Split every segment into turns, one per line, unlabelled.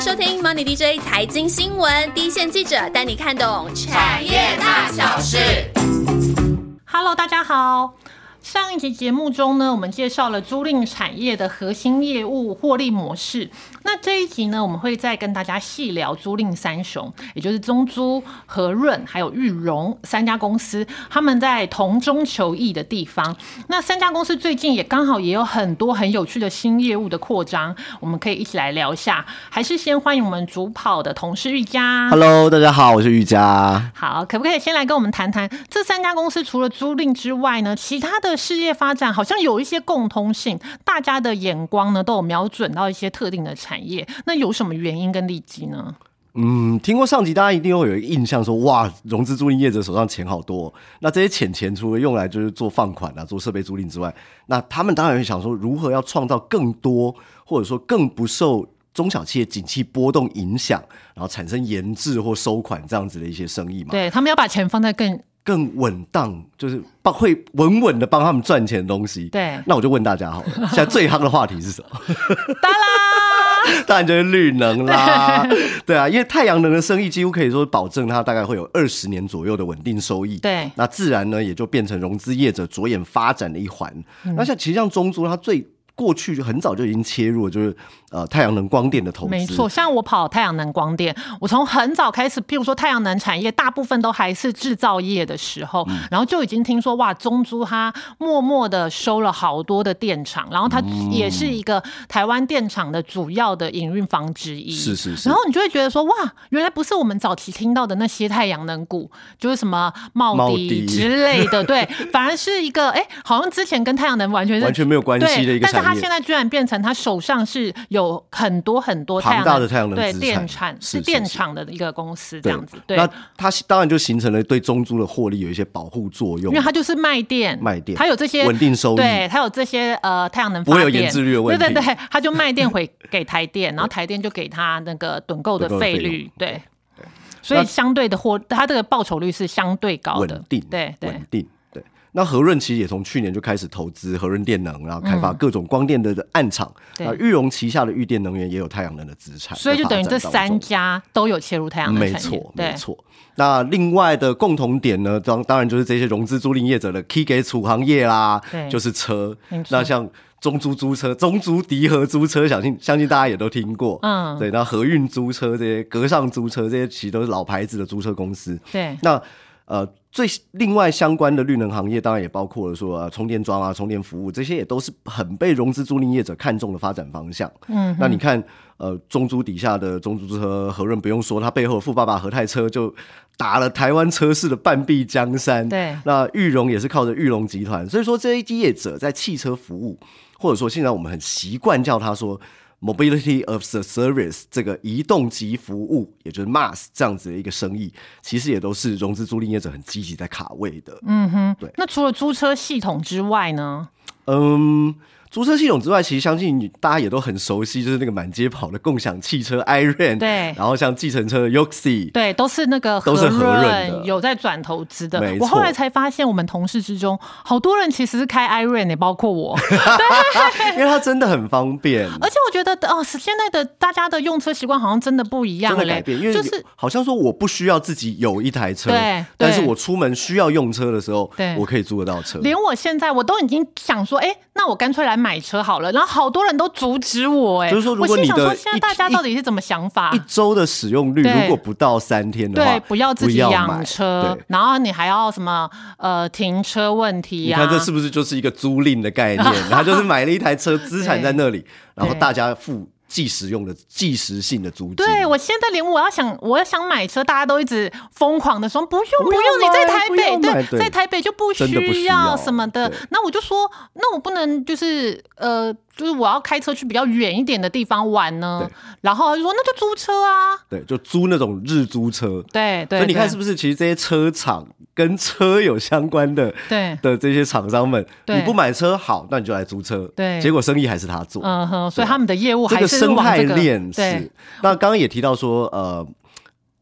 收听 Money DJ 财经新闻，第一线记者带你看懂产业大小事。
Hello，大家好。上一集节目中呢，我们介绍了租赁产业的核心业务获利模式。那这一集呢，我们会再跟大家细聊租赁三雄，也就是中租、和润还有裕荣三家公司，他们在同中求异的地方。那三家公司最近也刚好也有很多很有趣的新业务的扩张，我们可以一起来聊一下。还是先欢迎我们主跑的同事玉佳。
Hello，大家好，我是玉佳。
好，可不可以先来跟我们谈谈这三家公司除了租赁之外呢，其他的事业发展好像有一些共通性，大家的眼光呢都有瞄准到一些特定的产业，那有什么原因跟利基呢？
嗯，听过上集，大家一定会有一个印象说，哇，融资租赁业者手上钱好多哦、那这些钱钱除了用来就是做放款啊、做设备租赁之外，那他们当然会想说，如何要创造更多，或者说更不受中小企业景气波动影响，然后产生延滞或收款这样子的一些生意嘛。
对他们要把钱放在更
更稳当，就是帮会稳稳的帮他们赚钱的东西。
对
那我就问大家好了，现在最夯的话题是 什么？
哒啦，
当然就是绿能 啦，对啊，因为太阳能的生意几乎可以说保证它大概会有二十年左右的稳定收益。
对
那自然呢也就变成融资业者着眼发展的一环。
嗯
那像其实像中租，它最过去就很早就已经切入了，就是呃太阳能光电的投资。
没错，像我跑太阳能光电，我从很早开始，譬如说太阳能产业，大部分都还是制造业的时候，然后就已经听说哇，中租它默默的收了好多的电厂，然后它也是一个台湾电厂的主要的营运方之一。
是是是
然后你就会觉得说哇，原来不是我们早期听到的那些太阳能股，就是什么茂
茂
迪
迪
之类的，对，反而是一个哎、好像之前跟太阳能完全是
完全没有关
对，
系的一个
但是他
产
现
业。
在居然变成他手上是有很多很多
庞大的太阳能
对
资产
电产
是
是
是
电
是
厂的一个公司这样子，对，
那它当然就形成了对中租的获利有一些保护作用
因为。它就是卖电，
卖电
它有这些
稳定收益
对，它有这些呃太阳能
不会有
发电
延滞率的问题
对对对，它就卖电回给台 电，然后台电就给它那个趸购的
趸购的
费
费
率
用，
对。所以
那
相对的获，它这个报酬率是相对高的
稳，定，
对对
稳定。对，那和润其实也从去年就开始投资和润电能，然后啊开发各种光电的暗场。
嗯对
那裕荣旗下的裕电能源也有太阳能的资产，
所以就等于这
在发展
三
当中。
家都有切入太阳能
没
产业
错，，没
对，
错。那另外的共同点呢，当当然就是这些融资租赁业者的 key 给储行业啦
对，
就是车
没错。
那像中租租车、中租迪和租车，相信相信大家也都听过。
嗯
对。那和运租车这些、格上租车这些，其实都是老牌子的租车公司。
对，
那呃，最另外相关的绿能行业，当然也包括了说、呃、充电桩啊、充电服务这些，也都是很被融资租赁业者看中的发展方向。
嗯，
那你看，呃，中租底下的中租车和润不用说，它背后的富爸爸和泰车就打了台湾车市的半壁江山。
对
那裕隆也是靠着裕隆集团，所以说这一些业者在汽车服务，或者说现在我们很习惯叫它说 mobility of the service 这个移动级服务，也就是 MaaS 这样子的一个生意，其实也都是融资租赁业者很积极在卡位的。
嗯哼
对，
那除了租车系统之外呢？
嗯，租车系统之外，其实相信你大家也都很熟悉，就是那个满街跑的共享汽车 Iron，
对
然后像计程车的 Yoxi，
对，都是那个
都是和润的
有在转投资的
没。
我
错
后来才发现，我们同事之中好多人其实是开 i r o n 也包括我。
因为它真的很方便，
而且我觉得，哦，是现在的大家的用车习惯好像真的不一样
真的
嘞，
改变，因为
就是
有好像说我不需要自己有一台车，
对
但是
对
我出门需要用车的时候
对，
我可以租得到车，
连我现在我都已经想说，哎、那我干脆来买车好了。然后好多人都阻止我、哎，
就是说如果
我心想
你的
说，现在
一
大家
一
到底是怎么想法？
一周的使用率
对
如果不到三天的话，
对，不要自己养
买
车，
对，
然后你还要什么呃停车问题啊
你
呀、
看这是不是就是一个租赁的 概念？他就是买了一台车，资产在那里，然后
对
大家付即时用的即时性的租金。
对我现在连我要想我要想买车，大家都一直疯狂的说不用
不要
用，你
买
在台
不要
北
买
对，
对
在台北就不
真的不
需
需要
要什么的
对。
那我就说，那我不能就是呃，就是我要开车去比较远一点的地方玩呢
对。
然后就说那就租车啊，
对，就租那种日租车。
对对，
所以你看，
对
是不是其实这些车厂跟车有相关的
对。
的这些厂商们，
对
你不买车好，那你就来租车，
对
结果生意还是他做。
嗯哼，所以他们的业务
啊这
还
个
是
生
往
态
这个
链是
对，
那刚刚也提到说，呃，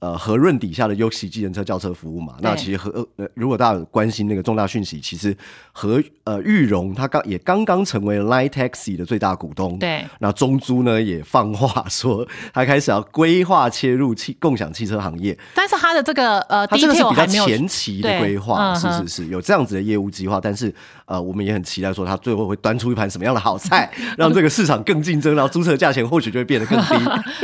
呃和润底下的优喜计程车轿车服务嘛。那其实和呃，如果大家有关心那个重大讯息，其实和呃玉荣他刚也刚刚成为 Line Taxi 的最大股东。
对
那中租呢也放话说，他开始要规划切入汽共享汽车行业。
但是它的这个呃
它这个是
detail
比较
还没有
前期的规划，
对
是
嗯
是
哼
是，有这样子的业务计划，但是呃，我们也很期待说它最后会端出一盘什么样的好菜，让这个市场更竞争，然后租车价钱或许就会变得更 低。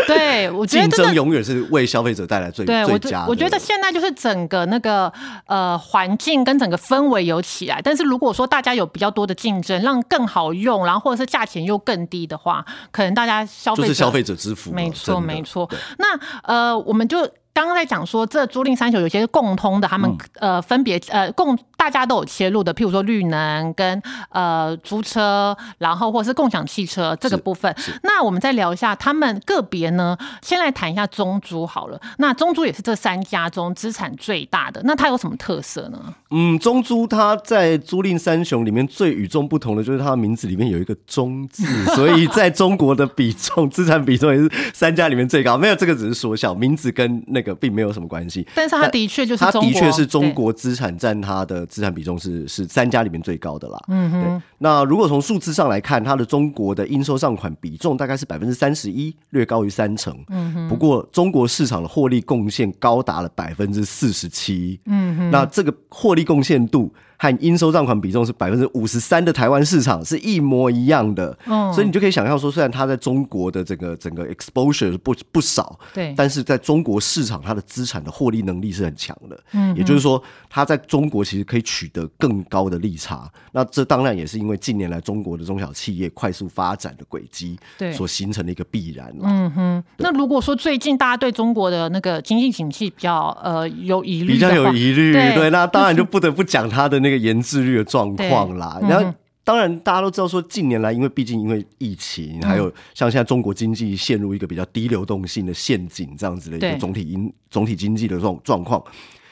对，我觉得
竞
真
争
的。
永远是为消费者带来最
对
最
我觉
佳的。
我觉得现在就是整个那个呃环境跟整个氛围有起来，但是如果说大家有比较多的竞争，让更好用，然后或者是价钱又更低的话，可能大家消费
就
者
是消费者之福了，
没错，
真的
没。错。那呃，我们就刚刚在讲说，这租赁三九有些共通的，他们、
嗯
呃分别呃共大家都有切入的，譬如说绿能跟呃租车，然后或是共享汽车这个
是
部分。那我们再聊一下他们个别呢，先来谈一下中租好了。那中租也是这三家中资产最大的，那它有什么特色呢？
嗯，中租它在租赁三雄里面最与众不同的就是它的名字里面有一个“中”字，所以在中国的比重， 资产比重也是三家里面最高。没有，这个只是说笑，名字跟那个并没有什么关系。
但是它的确就是
它
中
的
国，
确是中
对。
国资产占它的资产比重是是三家里面最高的啦。嗯哼，那如果从数字上来看，它的中国的应收账款比重大概是百分之三十一，略高于三成。嗯哼，不过中国市场的获利贡献高达了百分之四十七。嗯哼，那这个获利贡献度。和应收账款比重是百分之五十三的台湾市场是一模一样的，
嗯
所以你就可以想象说，虽然它在中国的这个整个 exposure 不不少，
对
但是在中国市场，它的资产的获利能力是很强的。嗯，也就是说，它在中国其实可以取得更高的利差。那这当然也是因为近年来中国的中小企业快速发展的轨迹，
对
所形成的一个必然啦。
那如果说最近大家对中国的那个经济景气比较呃有疑虑，
比较有疑虑，
对嗯
对，那当然就不得不讲它的那个研制率的状况啦。
对嗯
然后。当然，大家都知道说，近年来因为毕竟因为疫情，还
嗯
有像现在中国经济陷入一个比较低流动性的陷阱，这样子的一
对
个总体因总体经济的这种状况，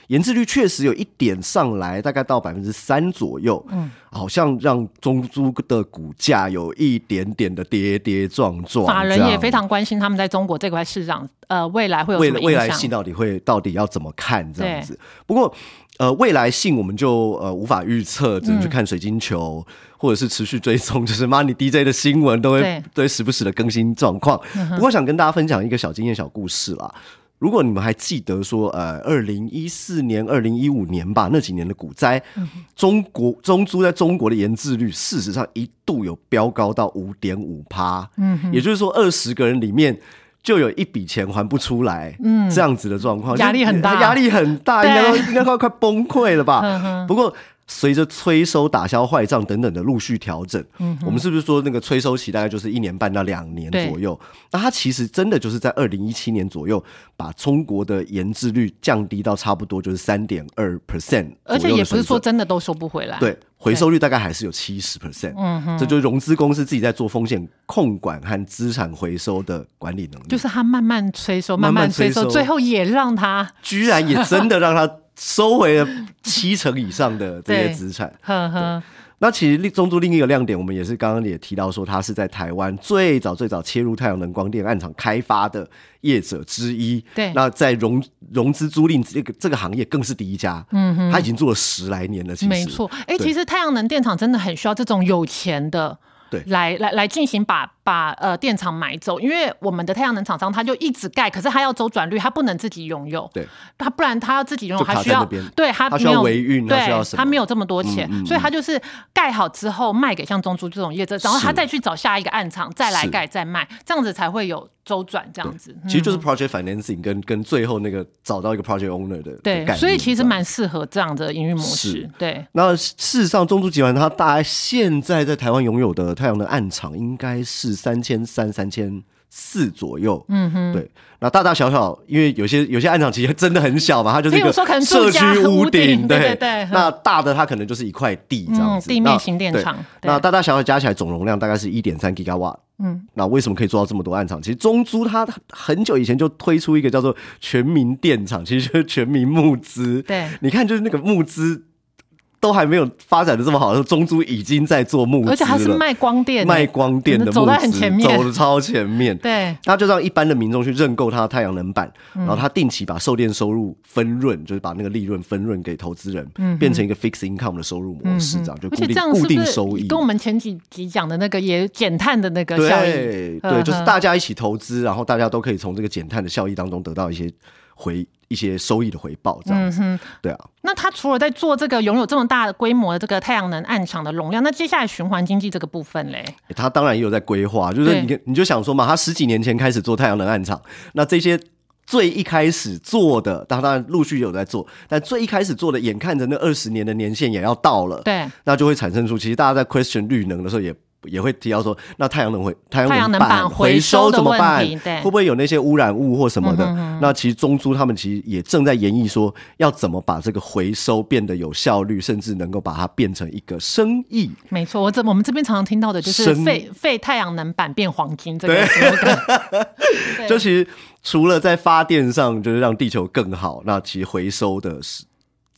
研制率确实有一点上来，大概到百分之三左右，嗯，好像让中租的股价有一点点的跌跌撞撞，
法人
这
也
样
非常关心他们在中国这块市场，呃，未来会有
未
什么
来
影响？
未来性到底会到底要怎么看这样子？不过，呃，未来性我们就呃无法预测，只能
嗯
去看水晶球，或者是持续追踪，就是 Money DJ 的新闻都
对嗯
会都会时不时的更新状况。不过，想跟大家分享一个小经验、小故事啦。如果你们还记得说，呃，二零一四年、二零一五年吧，那几年的股灾，中国中租在中国的研制率，事实上一度有飙高到五点五趴，嗯，也就是说，二十个人里面就有一笔钱还不出来，嗯，这样子的状况，
压力很大
就压力很大，
对
应该都 应该快快崩溃了
嗯
吧？不过。随着催收、打消坏账等等的陆续调整，我们是不是说那个催收期大概就是一年半到两
嗯
年
对
左右？那它其实真的就是在二零一七年左右，把中国的研制率降低到差不多就是三点二 percent，
而且也不是说真的都收不回来。
对，回收率大概还是有七十 percent，这
嗯
就是融资公司自己在做风险控管和资产回收的管理能力，
就是他慢慢催收，
慢慢
慢催
催收
最后也让他，
居然也真的让它收回了七成以上的这些
对
资产。
呵呵，
那其实另中租另一个亮点，我们也是刚刚也提到说，它是在台湾最早最早切入太阳能光电暗场开发的业者之一。
对
那在融融资租赁这个这个行业更是第一家。嗯哼，他已经做了十来年了，其实
没错。哎、
对
其实太阳能电厂真的很需要这种有钱的。
对
来来来进行把把呃电厂买走，因为我们的太阳能厂商他就一直盖，可是他要周转率，他不能自己拥有，
对，
他不然他要自己拥有，
就卡
他
在
需要
那边
对他
他需
没
要
有
维运他需要
对
什么嗯
他没有这么多钱，所以他就是盖好之后卖给像中珠这种业者，然后他
是
再去找下一个暗厂再来
是
盖再卖，这样子才会有周转这样子。嗯
其实就是 project financing 跟跟最后那个找到一个 project owner 的的概
对，
念
所以其
这
实
样
蛮适合这样的营运模式
是。
对，
那事实上，中珠集团它大概现在在台湾拥有的太阳能暗场应该是三千三、三千四左右。嗯哼，对。那大大小小，因为有些有些暗场其实真的很小嘛，它就是一
比
个
如说可能住
社
家
区
屋顶
顶，
对对对
那大的它可能就是一块地这样子，
嗯地
那
面型电
对
厂对
那大大小小加起来总容量大概是一点三 g 瓦。
嗯，
那为什么可以做到这么多暗场？其实中租它很久以前就推出一个叫做全民电厂，其实就是全民募资。
对
你看就是那个募资。都还没有发展的这么好的时候，中租已经在做募资了，
而且它是卖光电的，嗯
卖光电的募资，
走在很前面
走的超前面。
对，嗯
他就让一般的民众去认购他的太阳能板，然后他定期把售电收入分润，就是把那个利润分润给投资人，
嗯
变成一个 fixed income 的收入模式，这样哦就
而
固
且这
定
样
固
是
定
不
收
是
益
跟。我们前几集讲的那个也减碳的那个效益？
对对，就是
嗯
大家一起投资，然后大家都可以从这个减碳的效益当中得到一些回一些收益的回报，这样子。对啊，
嗯那它除了在做这个拥有这么大的规模的这个太阳能暗场的容量，那接下来循环经济这个部分嘞，
欸他当然也有在规划，就是你
对
看你就想说嘛，他十几年前开始做太阳能暗场，那这些最一开始做的，当当然陆续有在做，但最一开始做的，眼看着那二十年的年限也要到了，
对，
那就会产生出，其实大家在 question 绿能的时候也。也会提到说，那太阳能回太
太
阳
阳能
板
板回
回收
收的
怎么
问
办
题？对嗯
会不会有那些污染物或什么的？那其实中租他们其实也正在研议说，要怎么把这个回收变得有效率，甚至能够把它变成一个生意。
没错。我这我们这边常常听到的就是
生
废废太阳能板变黄金这个 slogan，对
就其实除了在发电上，就是让地球更好，那其实回收的是。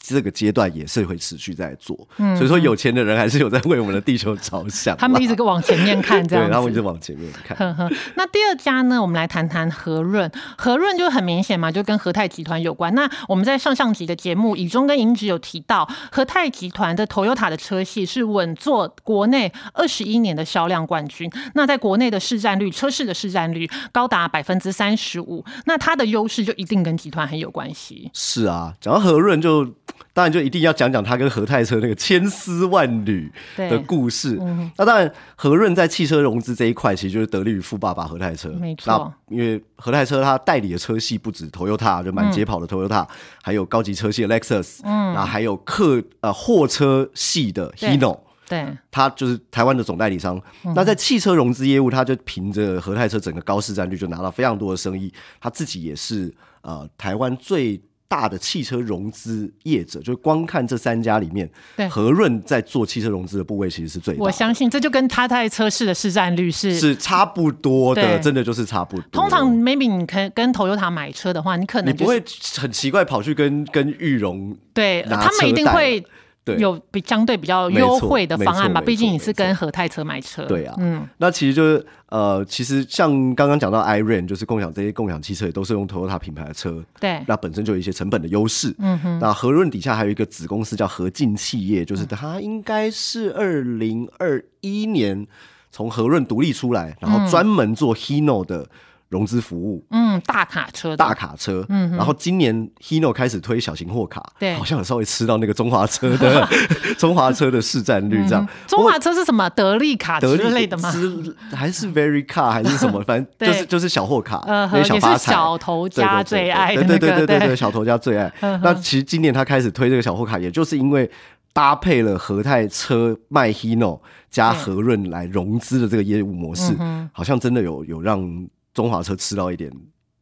这个阶段也是会持续在做，所以说有钱的人还是有在为我们的地球着想啦。
嗯他们一直往前面看，这
对，
样
他们
子
一。直往前面看。
呵呵， 那第二家呢？我们来谈谈和润。和润就很明显嘛，就跟和泰集团有关。那我们在上上集的节目，以中跟银子有提到，和泰集团的 Toyota 的车系是稳坐国内二十一年的销量冠军。那在国内的市占率，车市的市占率高达百分之三十五。那它的优势就一定跟集团很有关系。
是啊，讲到和润就，当然就一定要讲讲他跟和泰车那个千丝万缕的
对嗯
故事。那当然，和润在汽车融资这一块，其实就是得力于富爸爸和泰车。
没错
那因为和泰车它代理的车系不止 Toyota，就满街
嗯
跑的 Toyota，、还有高级车系的 Lexus，嗯，然后还有客呃货车系的
对
Hino。
对，
它就是台湾的总代理商。那在汽车融资业务，它就凭着和泰车整个高市占率，就拿到非常多的生意。它自己也是呃台湾最大的汽车融资业者，就光看这三家里面
对，
和润在做汽车融资的部位其实是最大
我
的，
相信这就跟他在车市的市占率是
是差不多的，
对
真的就是差不多。
通常 maybe 你可跟 Toyota 买车的话，你可
你
能
不
就是
会很奇怪跑去跟跟玉荣
对，
拿
他们一
车
定
贷
会
对
有比相对比较
没
优
错
惠的
没
方案
错
吧，
没
毕竟
错
你
没
是跟和泰车买车。
对啊，
嗯，
那其实就是呃，其实像刚刚讲到 Iron，就是共享这些共享汽车也都是用 Toyota 品牌的车，
对
那本身就有一些成本的优势。嗯哼，那和润底下还有一个子公司叫和进企业，
嗯
就是它应该是二零二一年从和润独立出来，然后专门做 Hino 的融资服务。
嗯，大卡车的
大卡车，嗯，然后今年 Hino 开始推小型货卡，
对
好像有稍微吃到那个中华 车的中华车的市占率这样。
中华车是什么德利卡嗯啊之
德利
类的吗？
之还是 Very Car 还是什么，反正
对
就是就是小货卡，
呃
那些小
也
发
是
财，
小头
对对
家
对
最爱的
对
那
对对
个，嗯
对对，小头 家最爱。那其实今年他开始推这个小货卡，也就是因为搭配了和泰车卖 Hino 加和润来融资的这个业务模
嗯
式，好像真的有有让中华车吃到一点，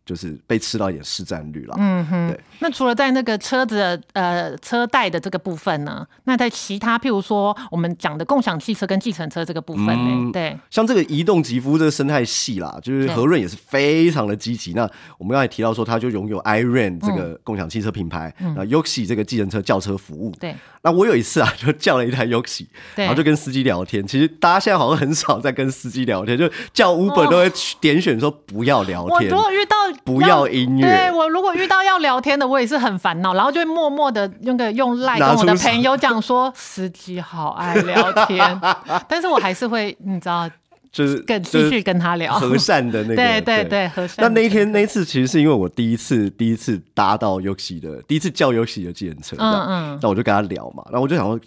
就是被吃到一点市占率啦。
嗯哼
对，
那除了在那个车子的呃车贷的这个部分呢，那在其他譬如说我们讲的共享汽车跟计程车这个部分
嗯
呢，对，
像这个移动极服务这个生态系啦，就是和润也是非常的积极。那我们刚才提到说，它就拥有 iRent 这
嗯
个共享汽车品牌，那 Yoxi 这个计程车轿车服务。
对，
那我有一次啊，就叫了一台 Yoxi，
对
然后就跟司机聊天。其实大家现在好像很少在跟司机聊天，就叫 Uber 都会去点选说不要聊
哦我
天
如，果遇到
不要音乐
对我如果遇到要聊天的，我也是很烦恼，然后就会默默的用个用赖
拿
跟我的
出手
朋友讲说，司机好爱聊 天，但是我还是会你知道
就是
更
就是
继续跟他聊，
和善的那个。
对对对和善
那
的
那一天那一次，其实是因为我第一次第一次搭到 Yoxi 的，第一次叫 Yoxi 的计程车，这样
嗯嗯
那我就跟他聊嘛，然后我就想说。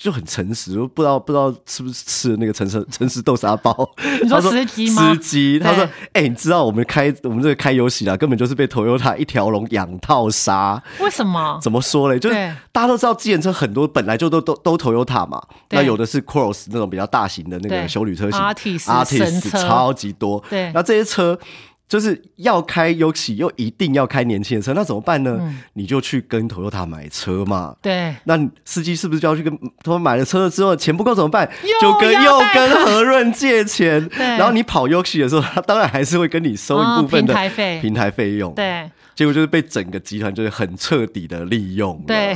就很诚实，我不知道不知道是不是吃的那个诚实诚实豆沙包。
你说
他
司机吗
司机，他说
对：“
哎、你知道我们开我们这个开游戏啦，根本就是被 Toyota 一条龙养套杀。
为什么？
怎么说嘞？就是
对
大家都知道，计程车很多本来就都都都 Toyota 嘛，
对
那有的是 Cross 那种比较大型的那个
对
修旅车型
Artis 神车
Artis 超级多。
对
那这些车就是要开 y o k i 又一定要开年轻的车，那怎么办呢？
嗯
你就去跟 Toyota 买车嘛。
对，
那司机是不是就要去跟他们买了车之后钱不够怎么办？
又
就跟
要
又
贷款
跟和润借钱，
对
然后你跑 y o k i 的时候，他当然还是会跟你收一部分的
哦平台费
平台费用。，
对
结果就是被整个集团就是很彻底的利用。
对，，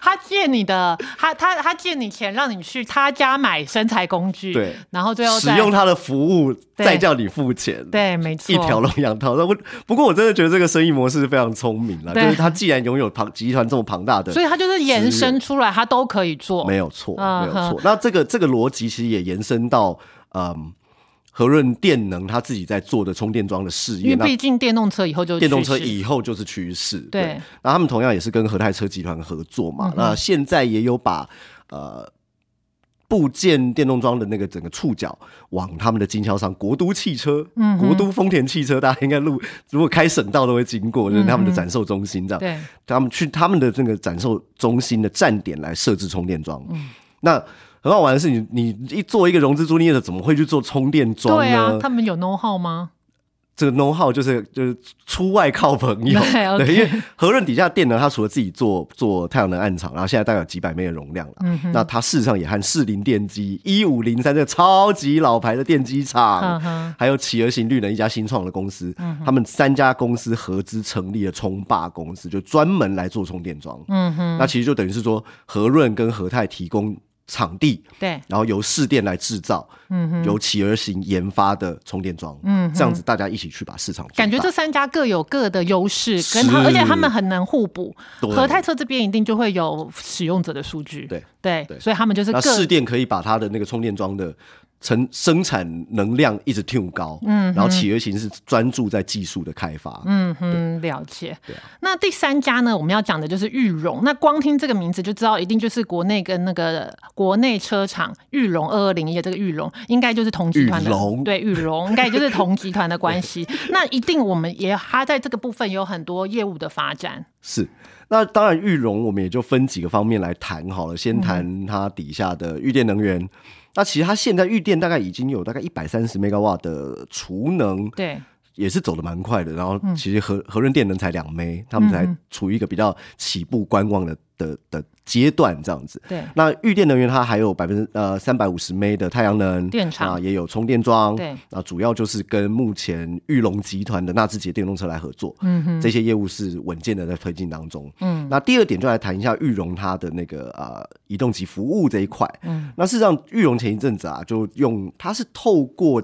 他借你的，他他他借你钱，让你去他家买身材工具，
对
然后最后
使
再
用他的服务
对
再叫你付钱。
对，没错，
一条龙养套， 那不不过我真的觉得这个生意模式非常聪明了，就
对
是他既然拥有庞集团这么庞大的
所以他就是延伸出来，他都可以做，
没有错，
嗯
没有错
哼。
那这个这个逻辑其实也延伸到，嗯，和润电能他自己在做的充电桩的事
因为
业，那
毕竟电动车以后就是
电动车
趋势
以后就是趋势。
对，嗯
那他们同样也是跟和泰车集团合作嘛，那现在也有把呃。部件电动桩的那个整个触角往他们的经销商国都汽车、
嗯哼
国都丰田汽车，大家应该路如果开省道都会经过，就是他们的展售中心这
嗯
样。
对
他们去他们的这个展售中心的站点来设置充电桩。
嗯
那很好玩的是你，你一做一个融资租赁业者，怎么会去做充电桩
对啊
呢？，
他们有 know how 吗？
这个 know how 就是就是出外靠朋友，
对，OK
因为和润底下电呢，它除了自己做做太阳能暗场，然后现在大概有几百枚的容量了。
嗯哼，
那它事实上也和士林电机、一五零三这个超级老牌的电机
嗯
厂，
哼，
还有企鹅型绿能一家新创的公司，他们三家公司合资成立了冲霸公司，就专门来做充电桩。
嗯哼，
那其实就等于是说，和润跟和泰提供场地，
对，
然后由市电来制造，
嗯哼，
由企鹅型研发的充电桩，
嗯哼
这样子大家一起去把市场做大
感觉这三家各有各的优势，跟他，
是
而且他们很能互补。
对
和泰车这边一定就会有使用者的数据，
对
对
对
所以他们就是
那
各
市电可以把它的那个充电桩的成生产能量一直 tune 高，嗯，然后企鹅型是专注在技术的开发，
嗯哼，了解。
啊
那第三家呢，我们要讲的就是裕荣。那光听这个名字就知道，一定就是国内跟那个国内车厂裕荣二二零一这个裕荣，应该就是同集团的
裕隆
对裕荣，应该就是同集团的关 系。那一定我们也它在这个部分有很多业务的发展。
是。那当然，玉龙我们也就分几个方面来谈好了，先
嗯
谈它底下的玉电能源。那其实它现在玉电大概已经有大概一百三十 m 瓦的储能，
对，
也是走的蛮快的。然后
嗯
其实和和润电能才两枚，他们才处于一个比较起步观望的的的阶段这样子。
对
那玉电能源它还有百分之呃三百五十 m 的太阳能
电厂
啊，也有充电桩，
对
啊，主要就是跟目前玉龙集团的纳智捷电动车来合作，
嗯哼，
这些业务是稳健的在推进当中。
嗯
那第二点就来谈一下玉荣它的那个呃移动及服务这一块。
嗯
那事实上，玉荣前一阵子啊，就用它是透过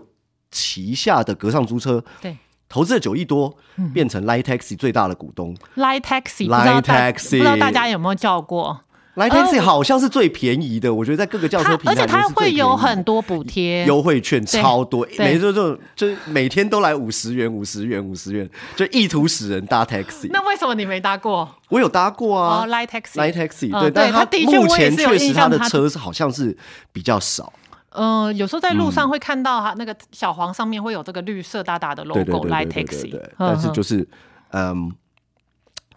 旗下的格上租车，
对，
投资了九亿多，
嗯
变成 Light Taxi 最大的股东。
，Line Taxi，不知道
Line
大
Taxi
不知道大家有没有叫过？
Light Taxi 好像是最便宜的，我觉得在各个轿车
它
平
哦
台
而且
里面
它
是最
会
便宜的
有很多补贴，
优惠券超多，
对
每就就就是每天都来五十元、五十元、五十元，就意图使人搭 taxi。
那为什么你没搭过？
我有搭过啊
哦，Line Taxi，
Line Taxi，、
嗯
对，但
对他
它
的确
目
我也
前
是有
确实
印象
它的
他
车是好像是比较少，
嗯，有时候在路上会看到哈，那个小黄上面会有这个绿色大大的
对对
logo
对
Line
对对对
Taxi，
对
呵。
但是
呵
就是，嗯，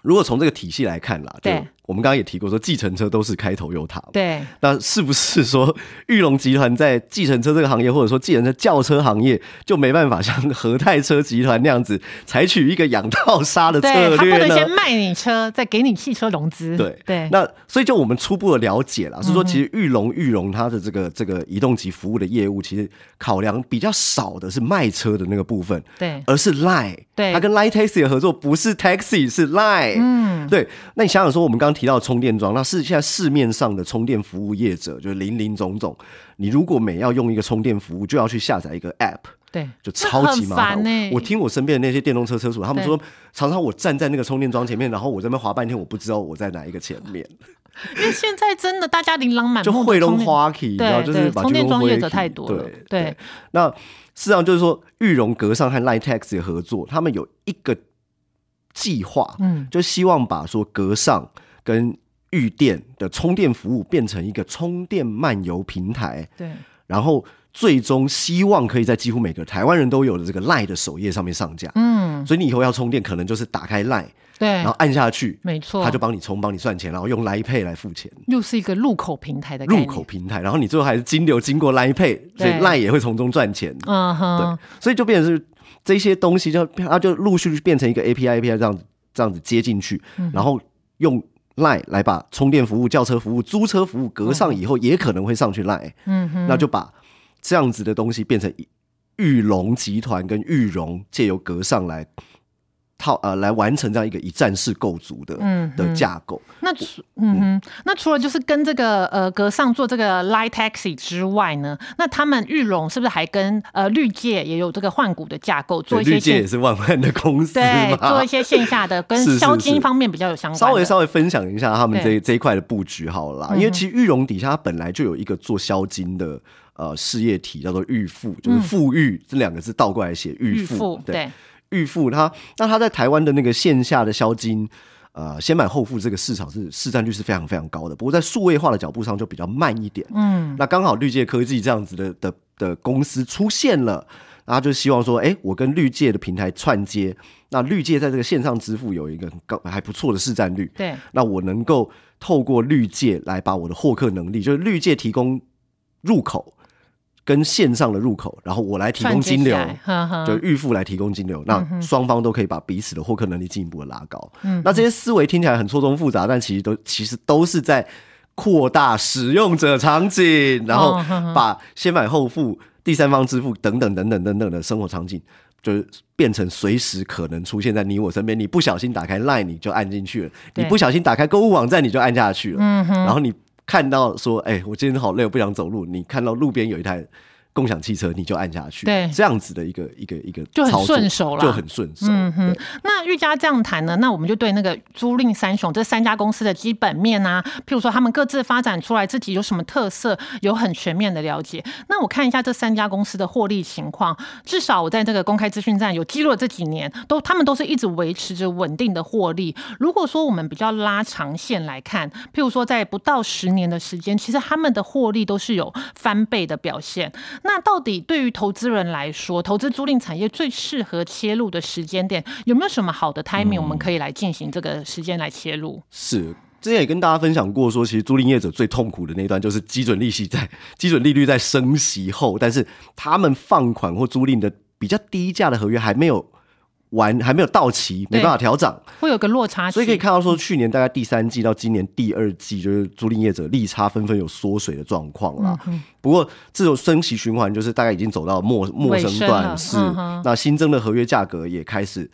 如果从这个体系来看啦，就
对
我们刚刚也提过说，计程车都是开头有塔，
对
那是不是说玉龙集团在计程车这个行业，或者说计程车轿车行业，就没办法像和泰车集团那样子采取一个养套杀的策
对，他不
略
能
呢？
先卖你车，再给你汽车融资，
对
嗯对，嗯
那所以就我们初步的了解啦，是说其实玉龙玉龙它的这个这个移动级服务的业务，其实考量比较少的是卖车的那个部分，
对
而是 Line，
对
它跟 Line Taxi 的合作不是 Taxi 是 Line，嗯，对。那你想想说，我们刚刚提到充电桩，那是现在市面上的充电服务业者就是林林总总，你如果每要用一个充电服务，就要去下载一个 App。
对，
就超级麻
那很
烦、
烦欸
我听我身边的那些电动车车主，他们
对
说，常常我站在那个充电桩前面，然后我在那边滑半天，我不知道我在哪一个前面，
因为现在真的大家琳琅满
就
目，
会龙，花旗，你知道，
对
就是
对，
把
充电
就
桩
会
业者
起
太多了
对，
对，
那事实上就是说，玉荣格上和 Line Tax 的合作，他们有一个计划，
嗯
就希望把说格上跟玉电的充电服务变成一个充电漫游平台，
对，
然后最终希望可以在几乎每个台湾人都有的这个 Line 的首页上面上架。
嗯
所以你以后要充电，可能就是打开 Line，
对
然后，按下去，
没错，
它就帮你充，帮你算钱，然后用 Line Pay 来付钱，
又是一个入口平台的概
入
念
口，平台，然后你最后还是金流经过 Line Pay，所以
对
Line 也会从中赚钱，
嗯哼
对，，所以就变成是这些东西就它就陆续变成一个 API API 这样子这样子接进去，
嗯
然后用 Line 来把充电服务、轿车服务、租车服务隔上以后，也可能会上去 Line，、
嗯哼，
那就把这样子的东西变成玉龙集团跟玉龙借由隔上来套呃来完成这样一个一站式构筑的、
嗯
的架构。
那除嗯哼，那除了就是跟这个呃格上做这个 Light Taxi 之外呢，那他们玉龙是不是还跟呃绿界也有这个换股的架构，做
对
一些
绿界也
线
是万万的公司
对
嘛，，
做一些线下 的跟
是是
销金
是
方面比较有相关的，
稍微稍微分享一下他们这
对
这一块的布局好了啦，
嗯哼
因为其实玉龙底下它本来就有一个做销金的呃事业体，叫做玉富，就是富裕、这两个字倒过来写玉
预
富，
付
对，
嗯对，
玉富它那它在台湾的那个线下的销金。呃，先买后付这个市场是市占率是非常非常高的，不过在数位化的脚步上就比较慢一点。
嗯
那刚好绿界科技这样子的的的公司出现了，然后就希望说，哎、我跟绿界的平台串接，那绿界在这个线上支付有一个很高还不错的市占率，
对，
那我能够透过绿界来把我的获客能力，就是绿界提供入口跟线上的入口，然后我来提供
串接
金流
起。来嗯呵呵，
就预付来提供金流，那双方都可以把彼此的获客能力进一步的拉高。
嗯
那这些思维听起来很错综复杂，但其实都其实都是在扩大使用者场景，然后
哦哼哼
把先买后付、第三方支付等等等等等等的生活场景，就是变成随时可能出现在你我身边。你不小心打开 LINE 你就按进去了，
对
你不小心打开购物网站你就按下去了，
嗯哼，
然后你看到说，哎、我今天好累，我不想走路。你看到路边有一台共享汽车，你就按下去，
对
这样子的一个一个一个
就很
操作
顺手啦
就很顺手。
嗯哼，那玉佳这样谈呢，那我们就对那个租赁三雄这三家公司的基本面啊，譬如说他们各自发展出来自己有什么特色，有很全面的了解。那我看一下这三家公司的获利情况，至少我在这个公开资讯站有记录的这几年，都他们都是一直维持着稳定的获利。如果说我们比较拉长线来看，譬如说在不到十年的时间，其实他们的获利都是有翻倍的表现。那到底对于投资人来说，投资租赁产业最适合切入的时间点，有没有什么好的
嗯
timing，、我们可以来进行这个时间来切入？
是。之前也跟大家分享过说其实租赁业者最痛苦的那一段就是基准利息在基准利率在升息后，但是他们放款或租赁的比较低价的合约还没有完，还没有到期，没
对
办法调涨，
会有个落差期，
所以可以看到说，去年大概第三季到今年第二季，就是租赁业者利差纷纷有缩水的状况啦。
嗯
不过这种升息循环就是大概已经走到末末
尾
升
声了
段，是、
嗯哼
那新增的合约价格也开始。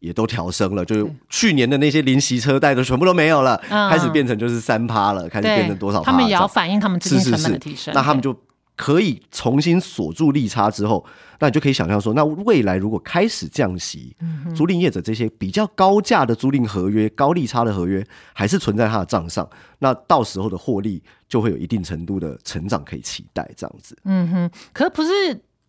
也都调升了，就是去年的那些零息车贷都全部都没有了，
嗯
开始变成就是三趴了，开始变
对
成多少
他
趴了？
们也
这
要
样
反映他们资
是
金
是
成
是，
本的提升，
那他们
对
就可以重新锁住利差之后，那你就可以想象说，那未来如果开始降息，
嗯
租赁业者这些比较高价的租赁合约、高利差的合约还是存在他的账上，那到时候的获利就会有一定程度的成长可以期待，这样子。
嗯哼，可不是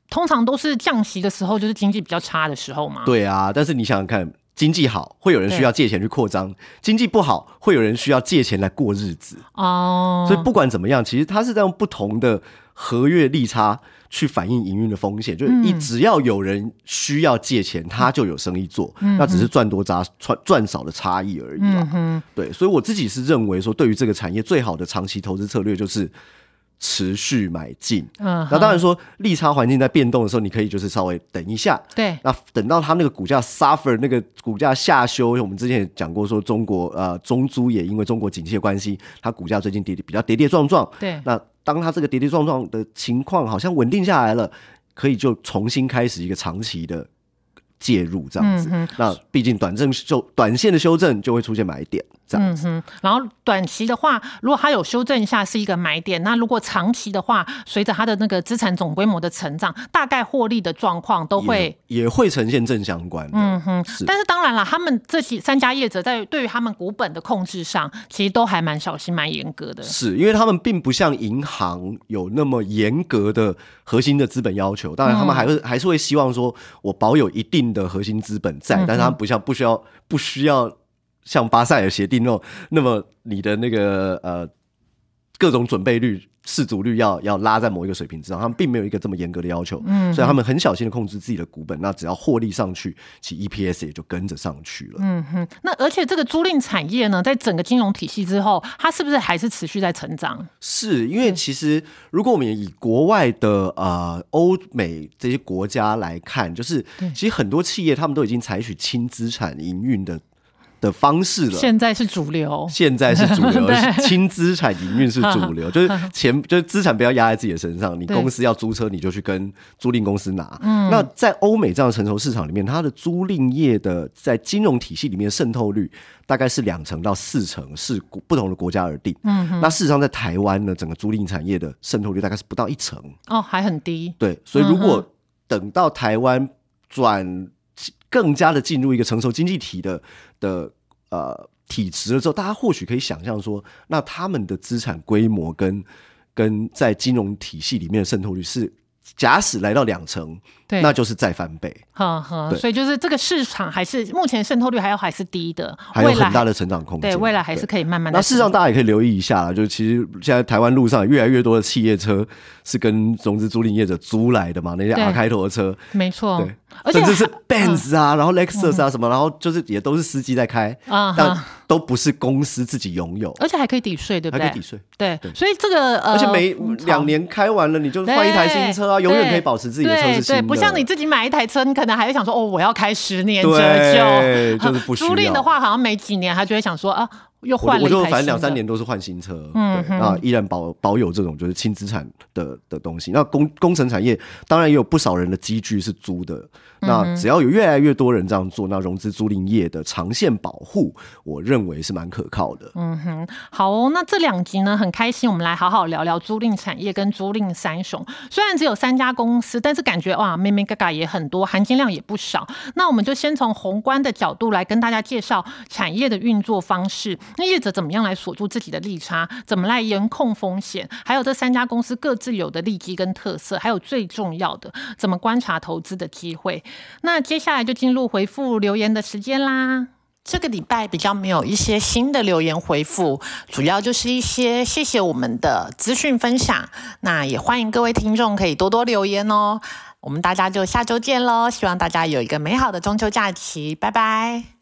通常都是降息的时候，就是经济比较差的时候嘛，
对啊，但是你想想看。经济好，会有人需要借钱去扩张；经济不好，会有人需要借钱来过日子。
哦，
所以不管怎么样，其实它是在用不同的合约利差去反映营运的风险，就是一只要有人需要借钱，他就有生意做，那只是赚多差赚赚少的差异而已
嗯
啦。对，所以我自己是认为说，对于这个产业最好的长期投资策略就是。持续买进，
嗯
那当然说利差环境在变动的时候，你可以就是稍微等一下，
对，
那等到它那个股价 suffer 那个股价下修，我们之前也讲过说中国呃中租也因为中国景气的关系，它股价最近跌比较跌跌撞撞。
对
那当它这个跌跌撞撞的情况好像稳定下来了，可以就重新开始一个长期的。介入这样子，
嗯
那毕竟短正修短线的修正就会出现买点这样
嗯
子，
哼，然后短期的话，如果它有修正一下是一个买点，那如果长期的话，随着它的那个资产总规模的成长，大概获利的状况都会。
也也会呈现正相关的。
嗯哼
是，
但是当然了，他们这些三家业者在对于他们股本的控制上，其实都还蛮小心、蛮严格的。
是因为他们并不像银行有那么严格的核心的资本要求，当然他们还会、还是会希望说我保有一定的核心资本在，但是他们不像不需要不需要像巴塞尔协定那种，那么你的那个呃各种准备率、市足率要要拉在某一个水平之上，他们并没有一个这么严格的要求，嗯，所以他们很小心的控制自己的股本，那只要获利上去，其 EPS 也就跟着上去了。
嗯哼，那而且这个租赁产业呢，在整个金融体系之后，它是不是还是持续在成长？
是因为其实如果我们以国外的呃欧美这些国家来看，就是其实很多企业他们都已经采取轻资产营运的的方式了。
现在是主流，
现在是主 流，
对
是轻资产营运是主 流，就是钱就是资产不要压在自己的身上，你
对嗯
公司要租车你就去跟租赁公司拿。那在欧美这样的成熟市场里面，它的租赁业的在金融体系里面的渗透率大概是两成到四成，是国不同的国家而定。嗯，那事实上在台湾呢，整个租赁产业的渗透率大概是不到一成。
哦，还很低。
对，所以如
嗯
果等到台湾转更加的进入一个成熟经济体的的呃体制了之后，大家或许可以想象说，那他们的资产规模跟跟在金融体系里面的渗透率是。假使来到两成，
对
那就是再翻倍，
呵呵，
对
所以就是这个市场还是目前渗透率还要还是低的，
还有
未来
很大的成长空间。
对未来还是可以慢慢的。
那事实上，大家也可以留意一下啦，就是其实现在台湾路上越来越多的企业车是跟融资租赁业者租来的嘛，那些
对
R 开头的车，
没错
对，，
而且嗯
甚至是 Benz 啊，然后 Lexus 啊什么，然后就是也都是司机在开，
啊
但
哈
都不是公司自己拥有，
而且还可以抵税，对不
还
呃对？
可以抵税，
对，
对
所以这个呃，
而且每
风潮
两年开完了，你就换一台新车啊，
对
永远可以保持自己的车是
对
新
对，
的，
不像你自己买一台车，你可能还会想说，哦，我要开十年折
对，就是
旧。
不需要
租赁的，话，好像没几年，他就会想说啊，又
我
换
就
了一
我
台
就
新的
反正两三。年都是换新车，
嗯
对，那依然保保有这种就是轻资产的的东西。那工工程产业当然也有不少人的积聚是租的，
嗯
那只要有越来越多人这样做，那融资租赁业的长线保护，我认为是蛮可靠的。
好哦，那这两集呢，很开心，我们来好好聊聊租赁产业跟租赁三雄。虽然只有三家公司，但是感觉哇，妹妹嘎嘎也很多，含金量也不少。那我们就先从宏观的角度来跟大家介绍产业的运作方式，那业者怎么样来锁住自己的利差，怎么来严控风险，还有这三家公司各自有的利基跟特色，还有最重要的，怎么观察投资的机会。那接下来就进入回复留言的时间啦。这个礼拜比较没有一些新的留言回复，主要就是一些谢谢我们的资讯分享。那也欢迎各位听众可以多多留言哦。我们大家就下周见喽，希望大家有一个美好的中秋假期，拜拜。